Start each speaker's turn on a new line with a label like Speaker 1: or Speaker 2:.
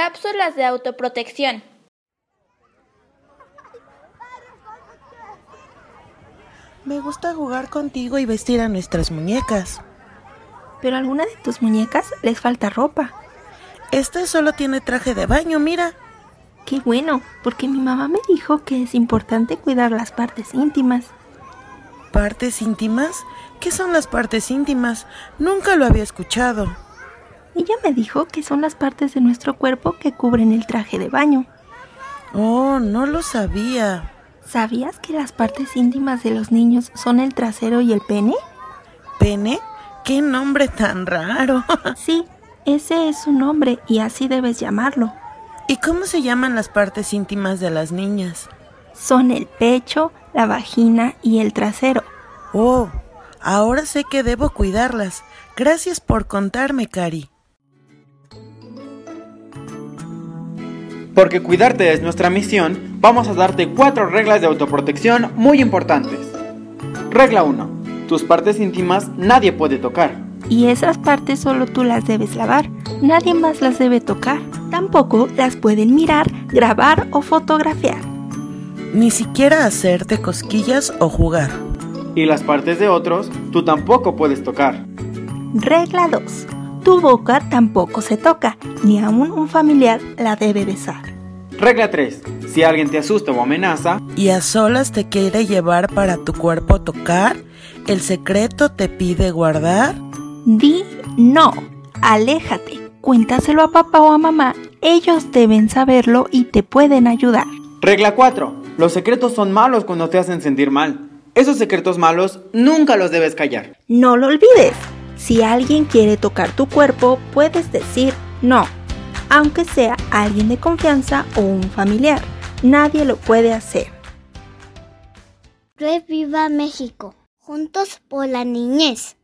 Speaker 1: Cápsulas de autoprotección.
Speaker 2: Me gusta jugar contigo y vestir a nuestras muñecas.
Speaker 3: Pero a alguna de tus muñecas les falta ropa.
Speaker 2: Este solo tiene traje de baño, mira.
Speaker 3: Qué bueno, porque mi mamá me dijo que es importante cuidar las partes íntimas.
Speaker 2: ¿Partes íntimas? ¿Qué son las partes íntimas? Nunca lo había escuchado.
Speaker 3: Ella me dijo que son las partes de nuestro cuerpo que cubren el traje de baño.
Speaker 2: Oh, no lo sabía.
Speaker 3: ¿Sabías que las partes íntimas de los niños son el trasero y el pene?
Speaker 2: ¿Pene? ¡Qué nombre tan raro!
Speaker 3: sí, ese es su nombre y así debes llamarlo.
Speaker 2: ¿Y cómo se llaman las partes íntimas de las niñas?
Speaker 3: Son el pecho, la vagina y el trasero.
Speaker 2: Oh, ahora sé que debo cuidarlas. Gracias por contarme, Cari.
Speaker 4: Porque cuidarte es nuestra misión, vamos a darte cuatro reglas de autoprotección muy importantes. Regla 1. Tus partes íntimas nadie puede tocar.
Speaker 3: Y esas partes solo tú las debes lavar, nadie más las debe tocar. Tampoco las pueden mirar, grabar o fotografiar.
Speaker 2: Ni siquiera hacerte cosquillas o jugar.
Speaker 4: Y las partes de otros tú tampoco puedes tocar.
Speaker 3: Regla 2. Tu boca tampoco se toca, ni aún un familiar la debe besar.
Speaker 4: Regla 3. Si alguien te asusta o amenaza
Speaker 2: y a solas te quiere llevar para tu cuerpo tocar, el secreto te pide guardar.
Speaker 3: Di no, aléjate, cuéntaselo a papá o a mamá, ellos deben saberlo y te pueden ayudar.
Speaker 4: Regla 4. Los secretos son malos cuando te hacen sentir mal. Esos secretos malos nunca los debes callar.
Speaker 3: No lo olvides. Si alguien quiere tocar tu cuerpo, puedes decir no, aunque sea alguien de confianza o un familiar. Nadie lo puede hacer.
Speaker 5: Reviva México, juntos por la niñez.